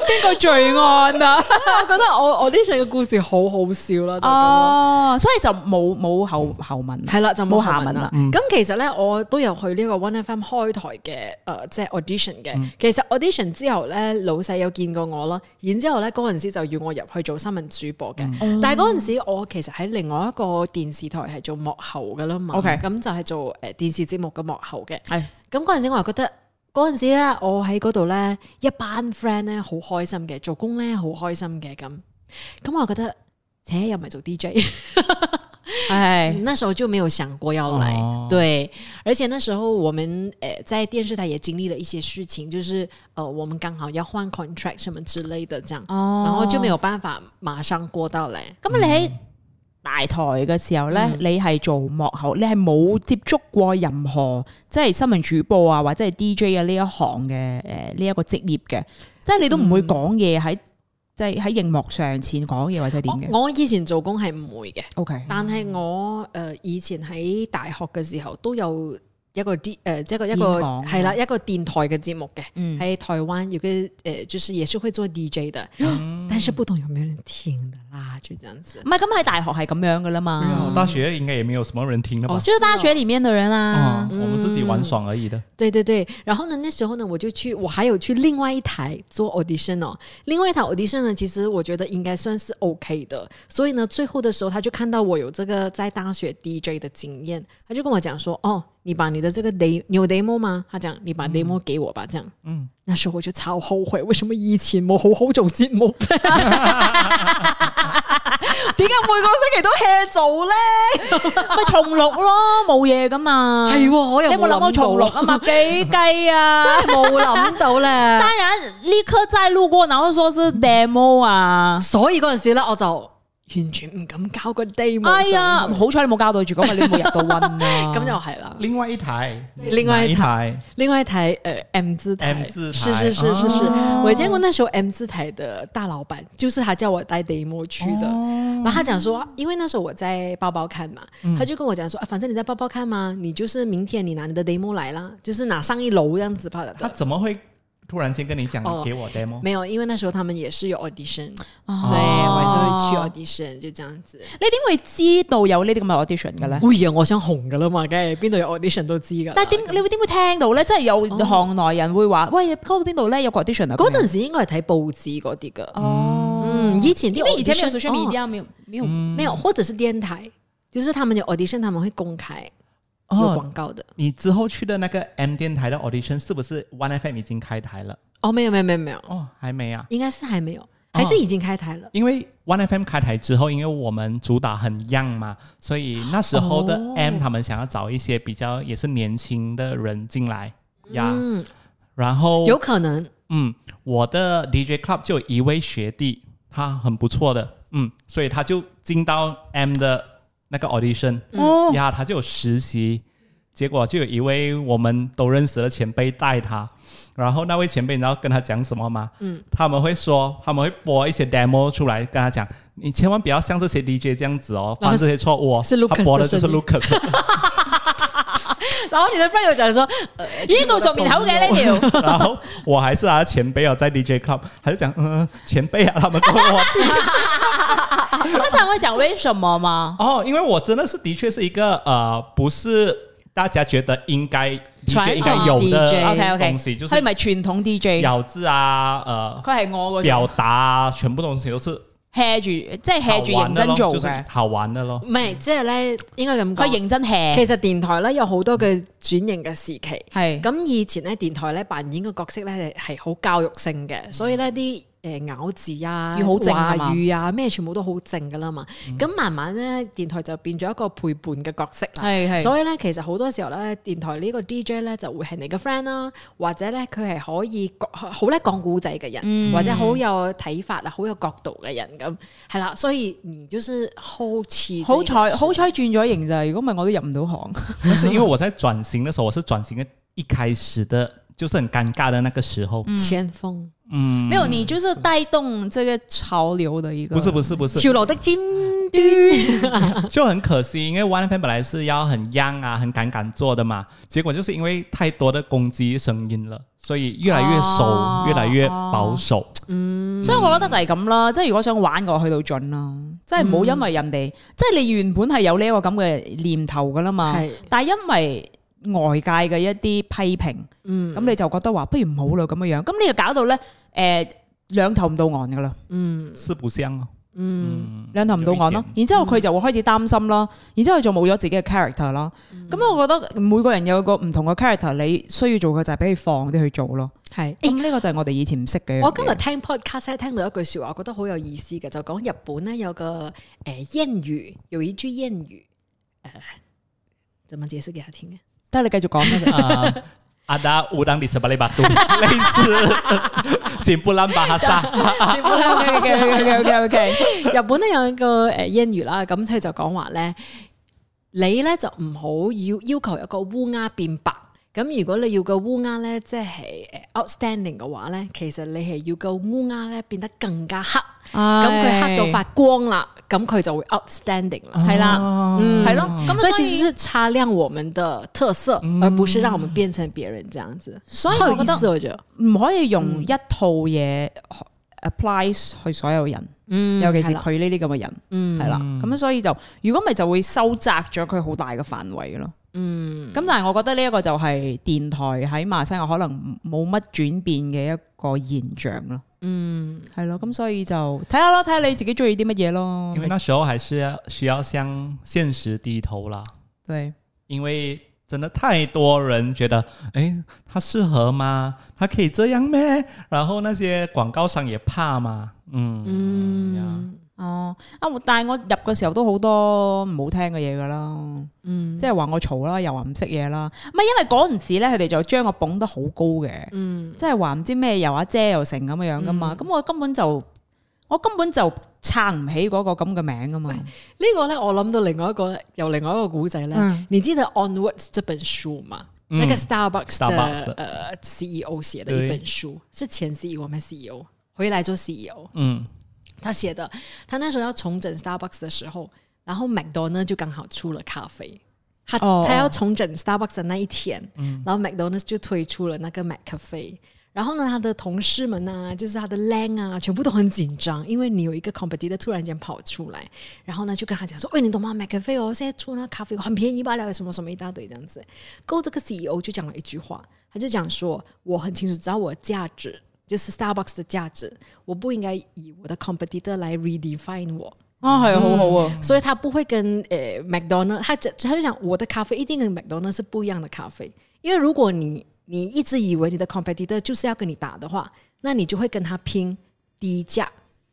B: 邊個罪案啊？
A: *laughs* 我覺得我 audition 嘅故事好好笑啦，就咁咯。
B: 哦，所以就冇冇後後文。
A: 係啦，就冇
B: 嗯冇下
A: 下
B: 文
A: 文
B: 啦嗯
A: 啦。咁、其實咧，我都有去呢個 One FM 開台嘅诶、呃即係 audition 嘅。
B: 嗯
A: 其實 audition 之後咧，老細有見過我啦，然之後咧嗰陣時就要我入去做新聞主播嘅。
B: 嗯
A: 但係嗰陣時我其實喺另外一個電視台係做幕後噶啦嘛。
B: OK
A: 咁就係做诶、呃、電視節目嘅幕後嘅。
B: 係
A: 咁嗰陣時我又覺得。嗰陣時咧，我喺嗰度咧，一班 friend 咧好開心嘅，做工咧好開心嘅咁。咁我覺得， *laughs* 且又唔係做 DJ。
B: 係。
A: *laughs* 那时候就没有想过要来，
C: 哦
A: 对，而且那时候我们呃在电视台也经历了一些事情，就是呃我们刚好要换 contract 什么之类的这样，
B: 哦嗯
A: 然后就没有办法马上过到来。
B: 咁啊你喺大台嘅時候咧，你係做幕後，你係冇接觸過任何即係新聞主播啊，或者係 DJ 啊呢一行嘅诶呢一個職業嘅，即係你都唔會講嘢喺即係喺熒幕上前講嘢或者點嘅。
A: 我我以前做工係唔會嘅，
B: O K，
A: 但係我
B: 嗯
A: 诶以前喺大學嘅時候都有一個 D 诶、即係一個一個
B: 演講
A: 係啦一個電台嘅節目嘅，
B: 嗯
A: 喺、台灣有個诶、呃就是也是會做 DJ 的，
C: 哦
B: 嗯
A: 但是不懂有沒有人聽的啦，就這樣子。
B: 唔係咁喺大學係咁樣噶啦
C: 对啊我
B: 嘛，
C: 大學應該也沒有什麼人聽的吧
A: 嗯哦？
B: 就是大學里面的人啊
C: 嗯，，我们自己玩爽而已的。
A: 对对对，然后呢，那时候呢，我就去，我还有去另外一台做 audition 哦。另外一台 audition 呢，其实我觉得应该算是 OK 的。所以呢，最后的时候他就看到我有这个在大学 DJ 的经验，他就跟我讲说：“哦，你把你的这个 demo 你有 demo 吗？”他讲：“你把 demo 给我吧。”这样，嗯，那时候我就超后悔，为什么以前冇好好做节目 *laughs* 呢？点解每个星期都 hea 做咧？
B: 咪重錄咯，冇嘢噶嘛。
A: 系、喎，我又
B: 你有冇
A: 諗
B: 諗過
A: 到
B: 重錄
A: *laughs*
B: 啊嘛？幾雞啊！
A: 真係冇谂到咧。
B: 當然立刻再路過，然後說是 demo 啊。
A: 所以嗰阵时咧，我就完全唔敢交個 demo
B: 哎
A: 上去。啊
B: 呀，好彩你冇交代住，咁咪你都啊冇入到温
A: *laughs*
B: 啦。
A: 咁又係啦。
C: 另外一台，
A: 另外一
C: 台，
A: 另外一台呃 M 字台
C: M 字台
A: 是是是是是，
B: 哦
A: 我也见過那時候 M 字台的大老闆，就是他叫我帶 demo 去的。
B: 哦
A: 然後他講說，因為那時候我在包包看嘛，
B: 嗯
A: 他就跟我講說，啊，反正你在包包看嘛，你就是明天你拿你的 demo 來啦，就是拿上一樓這樣子怕
C: 他
A: 的。
C: 怎么會突然間跟你講
A: 哦
C: 你給我 demo？
A: 沒有，因為那時候他們也是有 audition，
B: 哦
A: 對我也是會去 audition，就這樣子。
B: 你點會知道有呢啲咁嘅 audition 嘅咧？
A: 哎呀，我想紅噶啦嘛，梗係邊度有 audition 都知噶。
B: 但係點你會點會聽到咧？即係有行內人會話：喂，嗰度邊度咧有個 audition 啊？
A: 嗰陣時應該係睇報紙嗰啲噶，
B: 哦，
A: 嗯，以前啲
B: 因為以前沒有
A: audition-
B: social media，沒有沒有
A: 哦沒有，或者是電台，就是他們有 audition，他們會公開有
C: 哦，
A: 廣告的。
C: 你之後去的那個 M 電台的 audition 是不是 One FM 已經開台了？
A: 哦，沒有，沒有，沒有，沒有，
C: 哦，還沒啊。
A: 應該是還沒有，還是已經開台了。
C: 因為 One FM 開台之後，因為我們主打很 young 嘛，所以那時候的
A: 哦
C: M 他們想要找一些比較也是年輕的人進來呀。
A: 嗯，
C: 然
B: 哦
C: 后
A: 有可能
C: 嗯，我的 DJ club 就有一位学弟，他很不错的，嗯，所以他就进到 M 的那个 audition，
B: 哦，
C: 呀，他就有实习。结果就有一位我们都认识的前辈带他，然后那位前辈你知道跟他讲什么吗？嗯，他们会说他们会播一些 demo 出来跟他讲，你千万不要像这些 DJ 这样子哦，
A: 然后
C: 犯
A: 是
C: 这些错误、哦。
A: 是 Lucas
C: 他播的
A: 的
C: 就是 Lucas，
A: 然后你的 friend 就讲说，
B: 呢度熟面口嘅呢條，
C: 然后我还是他的前辈哦，在 DJ club，他就讲嗯、前辈啊，他们跟我
B: 通常會講為什麼嘛？
C: *laughs* 哦，因为我真的是的确是一个呃，不是大家觉得应该 DJ 应该有
A: DJ
C: 的
B: OK，OK
C: 东西，就是
B: 佢唔係傳統 DJ，
C: 咬字啊，呃，
B: 佢係我嗰
C: 表
B: 種
C: 达啊，全部东西都是
B: hea 住，即係 hea 住
C: 好玩
B: 認
C: 的
B: 真
C: 咯，
B: 做
C: 就是
B: 嘅。
C: 好玩的
B: *laughs*
C: 咯。
A: 唔係即係咧，應該咁
B: 佢
A: 講。
B: 認真 hea
A: 其實電台咧有好多嘅轉型嘅時期。
B: 係
A: 咁以前咧，電台咧扮演嘅角色咧係係好教育性嘅，所以咧啲誒咬字啊、
B: 嗯要好正
A: 華
B: 㗎嘛嗯
A: 語啊咩全部都好正噶啦嘛。咁、慢慢咧，電台就變咗一個陪伴嘅角色啦。
B: 係係。
A: 所以咧，其實好多時候咧，電台呢個 DJ 咧就會係你嘅 friend 啦，或者咧佢係可以講好叻講古仔嘅人，
B: 嗯
A: 或者好有睇法啊、好有角度嘅人咁，係啦。所以你就是好似
B: 好彩好彩轉咗型咋，如果唔係我都入唔到行。
C: 但是因为我在转型的时候，我是转型的一开始的，就是很尴尬的那个时
B: 嗯
C: 候。
A: 前鋒
C: 嗯，
B: 沒有，你就是帶動这個潮流的一個。
C: 不是不是不是，
A: 潮流的尖端，
C: 就很可惜，因为 One FM 本来是要很 young 啊，很敢敢做的嘛，结果就是因为太多的攻击声音了，所以越来越守，
B: 哦
C: 越来越保守。
B: 所以我覺得就係咁啦，即係如果想玩嘅話，去到盡啦，即係唔好因為人哋，即係你原本係有呢一個咁嘅念頭噶啦嘛
A: 係，
B: 但係因為外界嘅一啲批評，咁、
A: 嗯
B: 你就覺得話不如唔好啦咁樣樣，咁你就搞到咧誒兩頭唔到岸噶啦，
A: 嗯
C: 四不像哦，
A: 嗯，
C: 嗯，
B: 兩頭唔到岸咯，然之後佢就會開始擔心啦，然之後就冇咗自己嘅 character 啦，咁、我覺得每個人有個唔同嘅 character，你需要做嘅就係俾佢放啲去做咯，
A: 係。
B: 咁呢、個就係哎我哋以前唔識嘅一樣嘢。
A: 我今日聽 podcast 咧聽到一句説話，我覺得好有意思嘅，就講日本咧有個誒諺語，有一句諺語，誒、呃，怎麼解釋給他啊聽嘅？
B: 得你繼續講 *laughs* 啦。
C: 啊，阿达乌当里斯巴利巴
B: *laughs*
C: 杜，类似， *laughs* 行不烂巴哈萨，
B: *laughs* OK，OK，OK，OK，OK
A: 日本咧有一個誒英語啦，咁佢就講話咧，你咧就唔好要要求一個烏鴉變白。咁如果你要個烏鴉咧，即係誒 outstanding 嘅話咧，其實你係要個烏鴉咧變得更加黑，咁佢黑到發光啦，咁佢就會 outstanding 啦。
B: 係啦，
A: 嗯
B: 係咯。咁
A: 所以
B: 所
A: 其實
B: 以
A: 是擦亮我們的特色，而不是讓我們變成別人這樣子。
B: 所以嗯
A: 好
B: 我
A: 有意
B: 覺
A: 思，
B: 得
A: 我覺得，
B: 唔可以用一套嘢 apply 去所有人，
A: 嗯
B: 尤其是
A: 係啦
B: 佢呢啲咁嘅人，
A: 嗯
B: 係啦。咁所以就如果咪就會收窄咗佢好大嘅範圍咯。嗯，咁但係我覺得呢一個就係電台喺馬來西亞可能冇乜轉變嘅一個現象咯。嗯，係咯，咁所以就睇下咯，睇下你自己中意啲乜嘢
A: 哦
B: 咯
C: 因。为那时候还是要需要向现实低头啦，
B: 對，
C: 因为真的太多人觉得，哎，他适合吗？他可以这样咩？然后那些广告商也怕嘛，嗯嗯
B: 哦，啊，但係我入嘅時候都好多唔好聽嘅嘢噶啦。
A: 嗯
B: 即係話我嘈啦，又話唔識嘢啦。唔係因為嗰陣時咧，佢哋就將我捧得好高嘅，
A: 嗯
B: 即係話唔知咩又阿姐又成咁樣樣噶嘛。咁、我根本就我根本就撐唔起嗰個咁嘅名噶嘛。
A: 呢個咧，我諗到另外一個，有另外一個古仔咧。
B: 嗯
A: 你知道《Onwards》這本書嘛？
C: 嗯
A: 那個 Starbucks 的
C: Starbucks 的
A: 呃 CEO 寫的一本書，是前 CEO 還是 CEO 回來做 CEO，
C: 嗯，
A: 他寫的。他那時候要重整 Starbucks 的時候，然後 McDonald 就剛好出了咖啡。他、
B: 哦
A: 他要重整 Starbucks 的那一天，然后 McDonald's 就推出了那个 McCafe。然后呢，他的同事们啊，就是他的 Lang 啊，全部都很紧张，因为你有一个 competitor 突然间跑出来，然后呢就跟他讲说：“喂，你懂吗？McCafe 哦，现在出那咖啡很便宜罢了，什么什么一大堆这样子。”够这个 CEO 就讲了一句话，他就讲说：“我很清楚知道我的价值，就是 Starbucks 的价值，我不应该以我的 competitor 来 redefine 我。”
B: 啊，係啊
A: 嗯
B: 好好啊。
A: 所以他不会跟呃 McDonald，他就他就讲我的咖啡一定跟 McDonald 是不一样的咖啡，因为如果你你一直以为你的 competitor 就是要跟你打的话，那你就会跟他拼低价，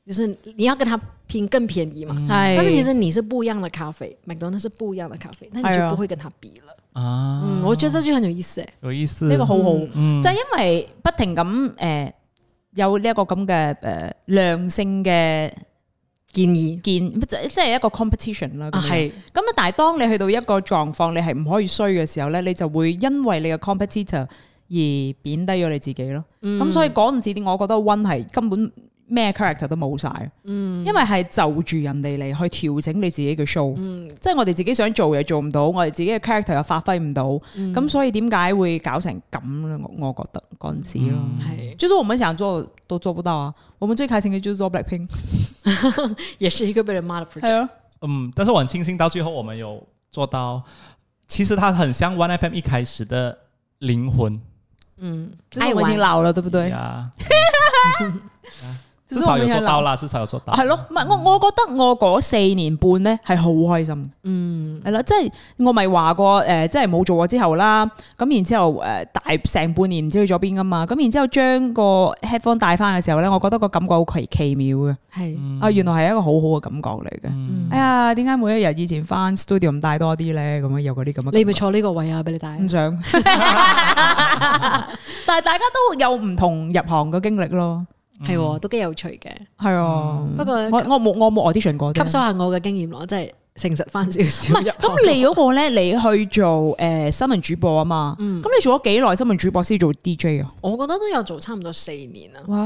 A: 就是你要跟他拼更便宜嘛。
B: 係
A: 但是其實你是不一樣的咖啡，McDonald 是不一樣的咖啡，那你
B: 係
A: 就
B: 啊
A: 不會跟他比了。
C: 啊，
A: 嗯，我覺得這就很有意思、欸。
C: 有意思，
B: 呢個好好，
C: 嗯
B: 就係因為不呃停咁誒、有呢一個咁嘅誒良性嘅
A: 建議
B: 見即即係一個 competition 啦。咁
A: 啊，
B: 樣
A: 係
B: 咁啊，但係當你去到一個狀況，你係唔可以衰嘅時候咧，你就會因為你嘅 competitor 而貶低咗你自己咯。咁、所以嗰陣時，我覺得 One 係根本咩 character 都冇晒，啊因為係就住人哋嚟去調整你自己嘅 show，、即係我哋自己想做又做唔到，我哋自己嘅 character 又發揮唔到，咁、所以點解會搞成咁咧？我我覺得嗰陣時咯。
A: 係，
B: 就是我們想做都做不到啊！我們最開心嘅就是做 Blackpink，
A: 也是一個被人罵的 project。
B: 係啊，
C: 嗯，但是我很庆幸到最后我们有做到。其实它很像 One FM 一开始的灵魂，
B: 只是我們已經鬧啦，對不對？
C: 呀，
B: 只
C: 至
B: 是我
C: 少
B: 們
C: 有
B: 已經
C: 做到
B: 鬧
C: 啦，至少有做到。
A: 啊
B: 係咯，唔係我我覺得我嗰四年半咧係好開心，嗯，係啦，即係我咪話過誒、呃即係冇做過之後啦，咁然之後誒、呃大成半年唔知去咗邊噶嘛，咁然之後將個 headphone 戴翻嘅時候咧，我覺得個感覺好奇奇妙嘅，
A: 係
B: 啊，原來係一個好好嘅感覺嚟嘅，
A: 嗯
B: 哎呀，點解每一日以前翻 studio 唔戴多啲咧？咁樣有嗰啲咁嘅感覺，
A: 你咪坐呢個位啊，俾你帶 *laughs*
B: 唔。想，但係大家都有唔同入行嘅經歷咯，
A: 係喎，都幾有趣嘅。
B: 係啊，
A: 不過
B: 我我冇我冇 audition 過啫，
A: 吸收下我嘅經驗咯，即係誠實翻少
B: 唔
A: 少。
B: 係，咁你嗰個咧，你去做诶、呃新聞主播啊嘛，咁、你做咗幾耐新聞主播先做 DJ 啊？
A: 我覺得都有做差唔多四年啦。
B: 哇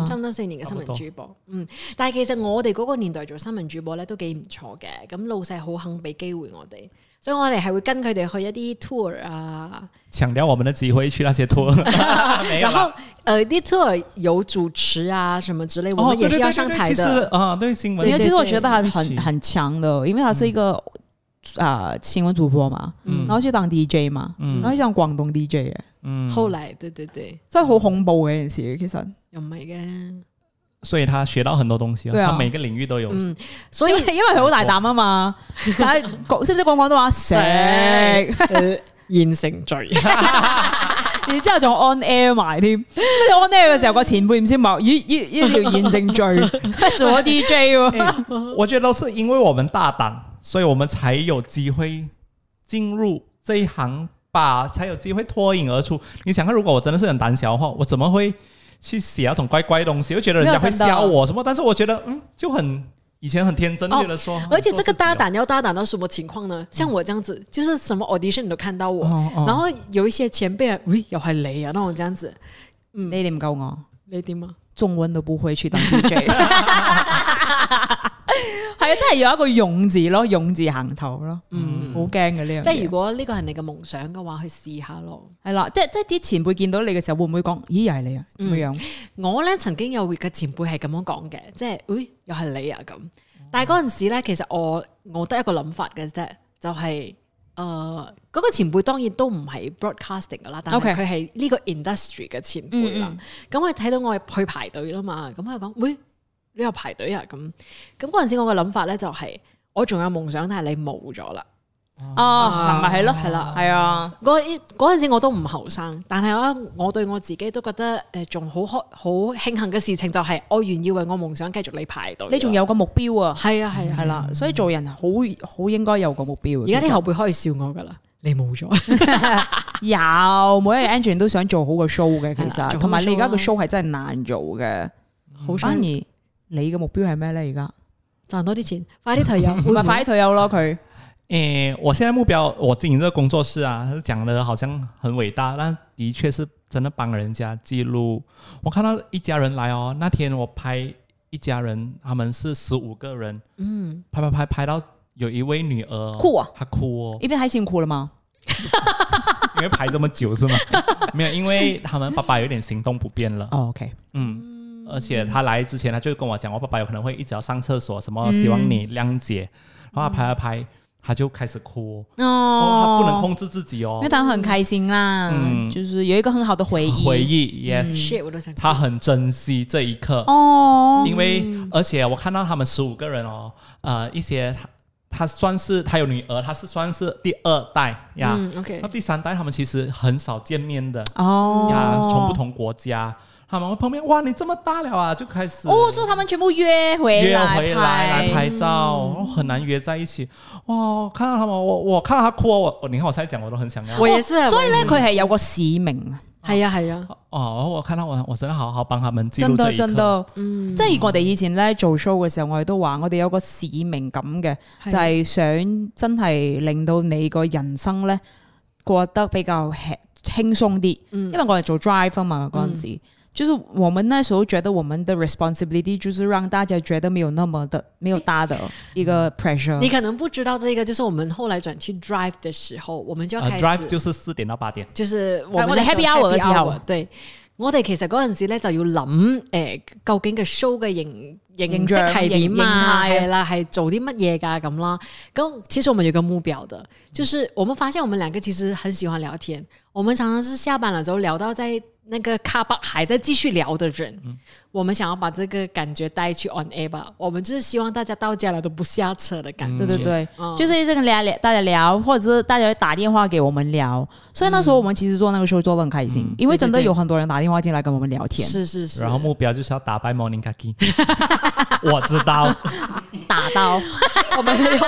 A: 嗯，差唔多四年嘅新
C: 差唔多
A: 聞主播，嗯，但係其實我哋嗰個年代做新聞主播咧都幾唔錯嘅，咁老細好肯俾機會我哋，所以我哋係會跟佢哋去一啲 tour 啊，
C: 抢掉我们的机会去那些托， *laughs* 没
A: 然
C: 有啦。
A: 後呃啲 tour 有主持啊什麼之類，我
C: 哦，
A: 們
C: 对
A: 也
C: 对
A: 是要
C: 对
A: 上
C: 对，
A: 台
C: 其实
A: 的，
C: 啊，对新闻
B: 因
A: 对对
B: 为其實我覺得他很
C: 對
B: 很強的，因為他是一個啊、呃新聞主播嘛，
C: 嗯
B: 然後去當 DJ 嘛，
C: 嗯
B: 然後去當廣東 DJ 嘅，
C: 嗯，
A: 後來對對對，
B: 真係好恐怖嘅一件事，其實
A: 又唔係嘅，
C: 所以他学到很多东西
B: 对
C: 啊，
B: 啊
C: 他每个领域都有。
A: 嗯，所以
B: 因為因為佢好大膽啊 *laughs* 嘛，但係講識唔識講廣東話？識，
C: *laughs*
A: 呃現成罪，
B: 然之後仲 on air 埋添，咁你 on air 嘅時候個前輩唔知話，咦咦呢條現正 *laughs* 罪，做咗 DJ 喎。
C: 我觉得都是因为我们大胆，所以我们才有机会进入这一行吧，才有机会脱颖而出。你想看，如果我真的是很胆小的话，我怎么会去写那种怪怪的东西？又觉得人家会笑我什么？但是我觉得，嗯，就很以前很天真，
A: 哦
C: 觉得说，
A: 而且这个
C: 做自己
A: 搭
C: 哦，
A: 档要搭档到什么情况呢？像我这样子，就是什么 audition 你都看到我，
C: 哦哦
A: 然后有一些前辈，喂，又系你啊，那我这样子，
B: 你哋唔夠我，
A: 你点啊？
B: 中文都不會去當 DJ。係 *laughs* 啊，真係有一個勇字咯，勇字行頭咯，嗯，好驚嘅呢樣嘢。
A: 即系如果呢个系你嘅梦想嘅话，去试下咯。
B: 係啦，即係即係啲前輩見到你嘅時候，會唔會講？咦，又係你啊？咁樣
A: 我咧曾经有嘅前辈系咁样讲嘅，即系，喂，又系你啊咁。但系嗰阵时咧，其实我我得一个谂法嘅啫，就系、诶，嗰、個前輩當然都唔係 broadcasting 噶啦，但係
B: OK
A: 佢係呢個 industry 嘅前輩啦。咁佢睇到我去排隊啦嘛，咁佢講：，喂，你又排隊啊？咁咁嗰陣時，我嘅諗法咧就係、我仲有夢想，但係你冇咗啦。
B: 啊，係咪係咯？
A: 係啦
B: 係啊，
A: 嗰嗰陣時我都唔後生，但係我我對我自己都覺得誒仲好開好慶幸嘅事情就係、我願意為我夢想繼續你排隊。
B: 你仲有個目標啊，
A: 係啊係啊
B: 係啦，所以做人好好應該有個目標。啊
A: 而家
B: 其實
A: 啲後輩可以笑我噶啦，你冇咗。
B: 有每一個 engine 都想做好個 show 嘅，其
A: 係啦做好個
B: 實同埋你而家個
A: show 啊
B: show 係真係難做嘅。
A: 好
B: 反
A: 想
B: 而你嘅目標係咩咧？而家
A: 賺多啲錢，快啲退休，
B: *laughs* 唔
A: 唔
B: 係快啲退休咯，佢。
C: 诶，我现在目标，我经营这个工作室啊，讲的好像很伟大，但的确是真的帮人家记录。我看到一家人来哦，那天我拍一家人，他们是十五个人，嗯，拍拍拍拍到有一位女儿哦、
B: 哭啊
C: 她哭哦，
B: 因为太辛苦了嘛。
C: 因为排这么久是吗？ *laughs* 没有，因为他们爸爸有点行动不便了，
B: 哦，OK，
C: 嗯，而且他来之前他就跟我讲，我爸爸有可能会一直要上厕所，什么希望你谅解，然后他拍了拍，他就开始哭，哦，他不能控制自己哦
B: 因为。他很开心啦，
C: 嗯
B: 就是有一个很好的回忆。嗯
C: 回忆，yes，、
A: shit 我都想。
C: 他很珍惜这一刻，
B: 哦，
C: 因为而且我看到他们十五个人哦，呃，一些他他算是他有女儿，他是算是第二代呀，
A: 嗯，OK，
C: 那第三代他们其实很少见面的呀，
B: 哦，
C: 从不。同国家，他们会碰面，哇，你这么大了啊，就开始
B: 哦，所以他们全部约回
C: 约
B: 来
C: 回来来
B: 拍。嗯
C: 拍照，哦很难约在一起，哇，看到他们，我我看到他哭哦，我我你看我才讲我都很想要，
A: 我也是
B: 所以咧，
A: 我
B: 佢係有個使命啊，
A: 系啊系啊，
C: 哦，我看到我我真的好好帮他们记
B: 真
C: 录这
B: 得
C: 一刻。
B: 真得，
A: 嗯，
B: 即係我哋以前咧做 show 嘅時候，我哋都話我哋有個使命感嘅，就係想真係令到你個人生咧過得比較輕輕鬆啲，因
A: 嗯
B: 為我哋做 drive 啊嘛嗰陣時。就是我們那時候覺得我們的 responsibility 就是讓大家覺得沒有那麼的沒有大的一個 pressure。
A: 嗯你可能不知道这个，就是我们后来转去 drive 的时候，我们就要
C: 啊
A: 开始、
C: drive 就是四点到八点，
A: 就是我
B: 我
A: 们
B: 哋 happy hour 嘅時候
A: hour，對我哋其實嗰陣時咧就要諗诶、誒究竟嘅 show 嘅形形式係點啊？
B: 形象形態
A: 係啦，係做啲乜嘢㗎咁啦。咁其實我們有個目標
B: 嗯
A: 的，就是我們發現我們兩個其實很喜歡聊天，我們常常是下班了之後聊到在那個卡巴還在繼續聊的人。
B: 嗯
A: 我們想要把這個感覺帶去 on air 吧，我們就是希望大家到家了都不下车的感覺。
B: 對對對，
A: 嗯
B: 就是这个聊聊大家聊，或者是大家打電話給我們聊。所以那時候我們其實做那個 show 做得很開心，因為真
A: 嗯
B: 的
A: 對對對
B: 有很多人打電話進來跟我們聊天，
A: 是是是，
C: 然后目标就是要打败 Morning Kaki。我知道，
B: 打到。
A: *laughs* 我们没有，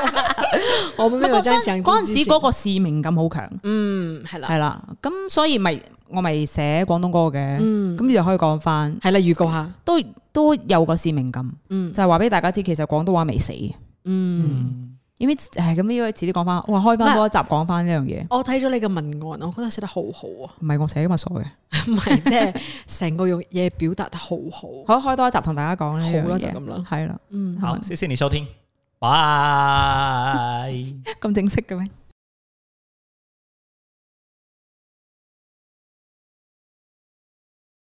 A: 我们
B: 不
A: 没有
B: 過
A: 这
B: 相
A: 样讲。
B: 嗰陣時嗰個使命感好強，
A: 嗯係啦。
B: 係啦，咁所以咪我咪寫廣東歌嘅，
A: 嗯
B: 咁你就可以講翻，
A: 系啦，預告下，
B: 都都有個使命感，
A: 嗯
B: 就係話俾大家知，其實廣東話未死嘅，
C: 嗯
B: 因為係咁呢個遲啲講翻，哇，開翻多一集講翻呢樣嘢，
A: 我睇咗你嘅文案，我覺得寫得好好啊，
B: 唔係我寫嘅嘛所嘅，
A: 唔係即係成個用嘢表達得好好，
B: 可以開多一集同大家講呢樣
A: 好啦就
B: 嘢，
A: 咁啦
B: 係啦，
A: 嗯，
C: 好，谢谢你收听，拜。
B: 咁正式嘅咩？